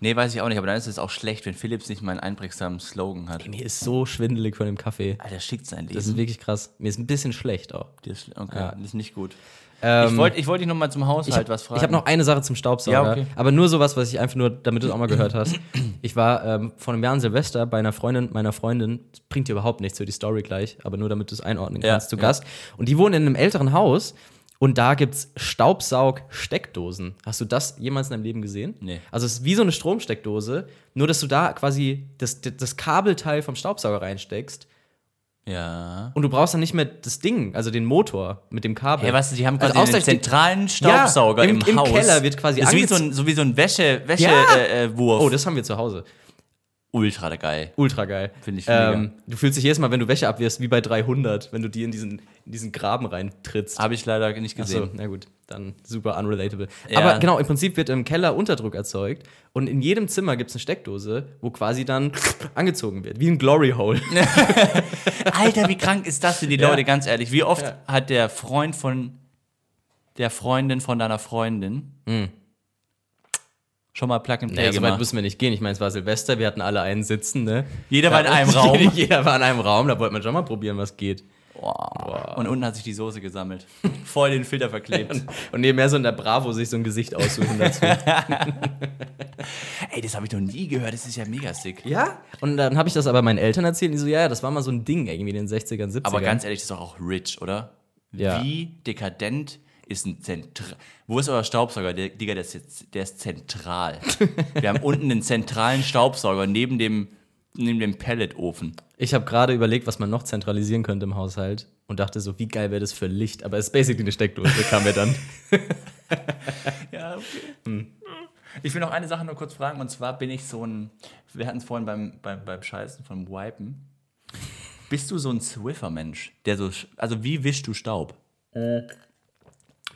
B: Nee, weiß ich auch nicht, aber dann ist es auch schlecht, wenn Philips nicht mal einen einprägsamen Slogan hat.
A: Mir ist so schwindelig von dem Kaffee.
B: Alter, schickt sein Leben.
A: Das ist wirklich krass. Mir ist ein bisschen schlecht auch.
B: Das ist, okay,
A: Ja.
B: das ist nicht gut.
A: Ähm,
B: ich wollte ich wollt dich nochmal zum
A: Ich
B: Haushalt
A: hab-
B: Halt was fragen.
A: Ich habe noch eine Sache zum Staubsauger,
B: Ja, okay.
A: aber nur sowas, was ich einfach nur, damit du es auch mal gehört hast. Ich war ähm, vor einem Jahr an Silvester bei einer Freundin, meiner Freundin, das bringt dir überhaupt nichts für die Story gleich, aber nur damit du es einordnen
B: Ja,
A: kannst, zu
B: ja.
A: Gast. Und die wohnen in einem älteren Haus und da gibt's Staubsaug-Steckdosen. Hast du das jemals in deinem Leben gesehen?
B: Nee.
A: Also es ist wie so eine Stromsteckdose, nur dass du da quasi das, das Kabelteil vom Staubsauger reinsteckst
B: Ja.
A: und du brauchst dann nicht mehr das Ding, also den Motor mit dem Kabel.
B: Hey, was, die haben
A: Also
B: quasi also einen
A: Ausgleich-
B: zentralen Staubsauger
A: Ja, im-
B: im,
A: im
B: Haus.
A: Keller wird quasi
B: Das ist wie
A: angez-
B: so ein, so wie so ein Wäsche, Wäsche,
A: Ja.
B: äh, äh, Wurf.
A: Oh, das haben wir zu Hause.
B: Ultra geil.
A: Ultra geil.
B: Finde ich
A: ähm,
B: mega.
A: Du fühlst dich jedes Mal, wenn du Wäsche abwirfst, wie bei 300, wenn du die in diesen, in diesen Graben reintrittst.
B: Habe ich leider nicht
A: Achso,
B: gesehen.
A: na gut, dann super unrelatable.
B: Ja.
A: Aber genau, im Prinzip wird im Keller Unterdruck erzeugt und in jedem Zimmer gibt es eine Steckdose, wo quasi dann angezogen wird, wie ein Glory Hole.
B: Alter, wie krank ist das für die
A: Ja.
B: Leute, ganz ehrlich. Wie oft
A: Ja.
B: hat der Freund von der Freundin von deiner Freundin schon mal Plug and Play
A: Naja, Hm. so weit
B: gemacht?
A: müssen wir nicht gehen. Ich meine, es war Silvester, wir hatten alle einen sitzen, ne?
B: Jeder war in
A: Da-
B: einem Raum.
A: Jeder war in einem Raum, da wollte man schon mal probieren, was geht.
B: Boah. Und unten hat sich die Soße gesammelt. Voll den Filter verklebt.
A: Und nebenher so in der Bravo sich so ein Gesicht aussuchen dazu.
B: Ey, das habe ich noch nie gehört. Das ist ja mega sick.
A: Ja? Und dann habe ich das aber meinen Eltern erzählt und die so, ja, ja, das war mal so ein Ding irgendwie in den 60ern, 70ern.
B: Aber ganz e- ehrlich, das ist doch auch rich, oder?
A: Ja.
B: Wie dekadent ist ein Zentral. Wo ist euer Staubsauger? Der, Digga, der ist, jetzt, der ist zentral. Wir haben unten einen zentralen Staubsauger neben dem, neben dem Pelletofen.
A: Ich habe gerade überlegt, was man noch zentralisieren könnte im Haushalt und dachte so, wie geil wäre das für Licht? Aber es ist basically eine Steckdose, kam mir dann.
B: Ja, okay. Hm. Ich will noch eine Sache nur kurz fragen, und zwar bin ich so ein. Wir hatten es vorhin beim, beim, beim Scheißen vom Wipen. Bist du so ein Swiffer-Mensch, der so. sch- Also, wie wischst du Staub?
A: Wir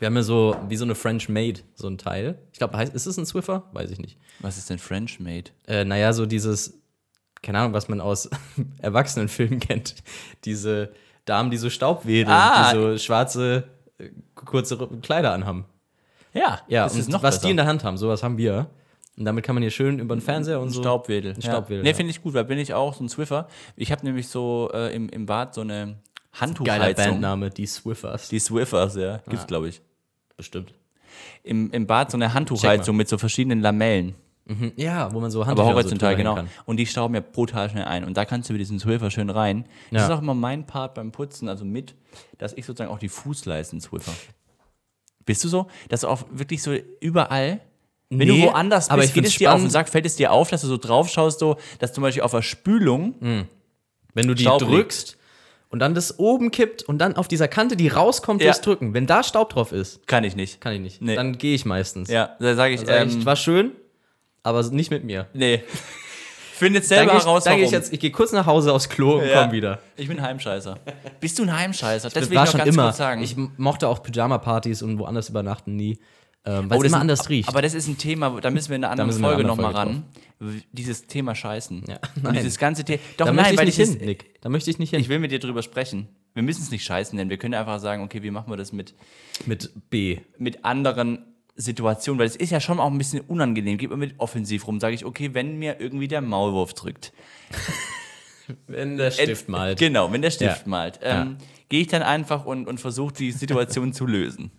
A: haben ja so, wie so eine French Maid, so ein Teil. Ich glaube, heißt, ist es ein Swiffer? Weiß ich nicht.
B: Was ist denn French Made?
A: Äh, naja, so dieses, keine Ahnung, was man aus Erwachsenenfilmen kennt. Diese Damen, die so Staub wedeln,
B: Ah.
A: die so schwarze, äh, kurze Ru- Kleider anhaben.
B: Ja,
A: Ja,
B: das
A: und
B: ist noch
A: was
B: besser.
A: die in der Hand haben, sowas haben wir. Und damit kann man hier schön über den Fernseher und so.
B: Staubwedel.
A: Ein Staubwedel,
B: Ja. Nee,
A: ja.
B: finde ich gut, weil bin ich auch so ein Swiffer. Ich habe nämlich so äh, im, im Bad so eine
A: Geiler
B: Handtuchheizung.
A: Bandname, die Swiffers.
B: Die Swiffers, ja. Gibt's, glaube ich.
A: bestimmt.
B: Im, Im Bad so eine Handtuchheizung mit so verschiedenen Lamellen.
A: Ja, wo man so
B: Aber
A: Handtücher und so
B: horizontal,
A: drüber
B: genau.
A: hängen
B: Und die stauben ja brutal schnell ein. Und da kannst du mit diesem Swiffer schön rein. Das
A: Ja.
B: ist auch immer mein Part beim Putzen, also mit, dass ich sozusagen auch die Fußleisten Swiffer. Bist du so? Dass du auch wirklich so überall. Wenn du
A: Nee,
B: woanders bist,
A: aber ich
B: geht
A: find's
B: es dir auf den
A: spannend.
B: Sack, fällt es dir auf, dass du so drauf schaust, so, dass zum Beispiel auf der Spülung
A: Wenn du die
B: Staub
A: drückst und dann das oben kippt und dann auf dieser Kante, die rauskommt,
B: Ja.
A: durchs Drücken. Wenn da Staub drauf ist,
B: Kann ich nicht.
A: kann ich nicht.
B: Nee.
A: Dann gehe ich meistens.
B: Ja, da sage ich,
A: Dann sag ich,
B: ähm,
A: war schön, aber nicht mit mir.
B: nee. Findet
A: Dann
B: selber
A: gehe ich,
B: raus,
A: dann geh ich
B: warum.
A: jetzt, ich gehe kurz nach Hause aufs Klo und
B: Ja.
A: komm wieder.
B: Ich bin Heimscheißer. Bist du ein Heimscheißer? Das
A: Das
B: will ich
A: war
B: noch
A: schon
B: ganz
A: immer.
B: kurz sagen.
A: Ich mochte auch Pyjama-Partys und woanders übernachten nie, ähm, weil es immer
B: Oh, ist ein-
A: anders riecht.
B: Aber das ist ein Thema, da müssen wir in einer anderen
A: müssen wir in
B: Folge
A: einer
B: nochmal ran.
A: anderen
B: Dieses Thema Scheißen.
A: Ja,
B: Und
A: nein.
B: dieses ganze Thema. Doch,
A: da möchte
B: nein,
A: ich
B: weil
A: nicht
B: dieses,
A: hin, Nick. Da möchte ich nicht hin.
B: ich will mit dir drüber sprechen. Wir müssen es nicht Scheißen nennen. Wir können einfach sagen, okay, wie machen wir das mit,
A: mit B.
B: mit anderen Situationen? Weil es ist ja schon auch ein bisschen unangenehm. Geht man mit offensiv rum, sage ich, okay, wenn mir irgendwie der Maulwurf drückt.
A: Wenn der Stift
B: Ent-
A: malt.
B: Genau, wenn der Stift
A: Ja.
B: malt. Ähm, Gehe ich dann einfach und, und versuche die Situation zu lösen.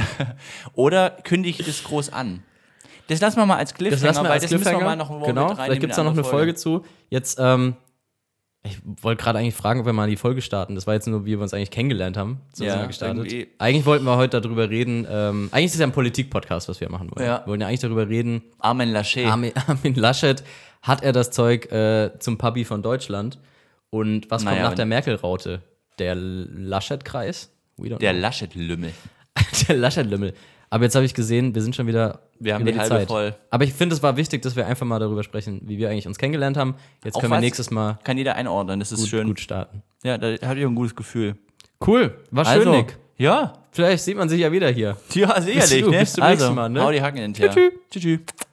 B: Oder kündige ich das groß an. Das lassen wir mal als Cliffhanger,
A: Das lassen wir
B: weil
A: als
B: das müssen wir
A: Cliffhanger.
B: mal noch wow,
A: Genau,
B: mit
A: vielleicht gibt es da noch eine Folge, zu. Jetzt, ähm, ich wollte gerade eigentlich fragen, ob wir mal die Folge starten. Das war jetzt nur, wie wir uns eigentlich kennengelernt haben. So
B: Ja,
A: sind wir gestartet.
B: irgendwie.
A: Eigentlich wollten wir heute darüber reden. Ähm, eigentlich ist es ja ein Politik-Podcast, was wir machen wollen.
B: Ja. Eh.
A: Wir wollen ja eigentlich darüber reden.
B: Armin Laschet.
A: Armin, Armin Laschet, hat er das Zeug äh, zum Papi von Deutschland? Und was
B: Naja,
A: kommt nach
B: und-
A: der Merkel-Raute? Der Laschet-Kreis? We don't
B: Der Laschet-Lümmel.
A: der Laschet-Lümmel. Aber jetzt habe ich gesehen, wir sind schon wieder.
B: Wir haben
A: über
B: die halbe voll.
A: Aber ich finde, es war wichtig, dass wir einfach mal darüber sprechen, wie wir eigentlich uns kennengelernt haben. Jetzt
B: Auch
A: können wir
B: was?
A: nächstes Mal
B: Kann jeder einordnen, das ist
A: gut,
B: schön.
A: gut starten.
B: Ja, da hatte ich ein gutes Gefühl. Also,
A: Cool, war schön, Nick.
B: ja,
A: Vielleicht sieht man sich ja wieder hier.
B: ja, sicherlich.
A: du-
B: ne?
A: bis zum
B: also,
A: nächsten Mal, ne?
B: Hau die Hacken hinterher.
A: Tschü,
B: Tschüss.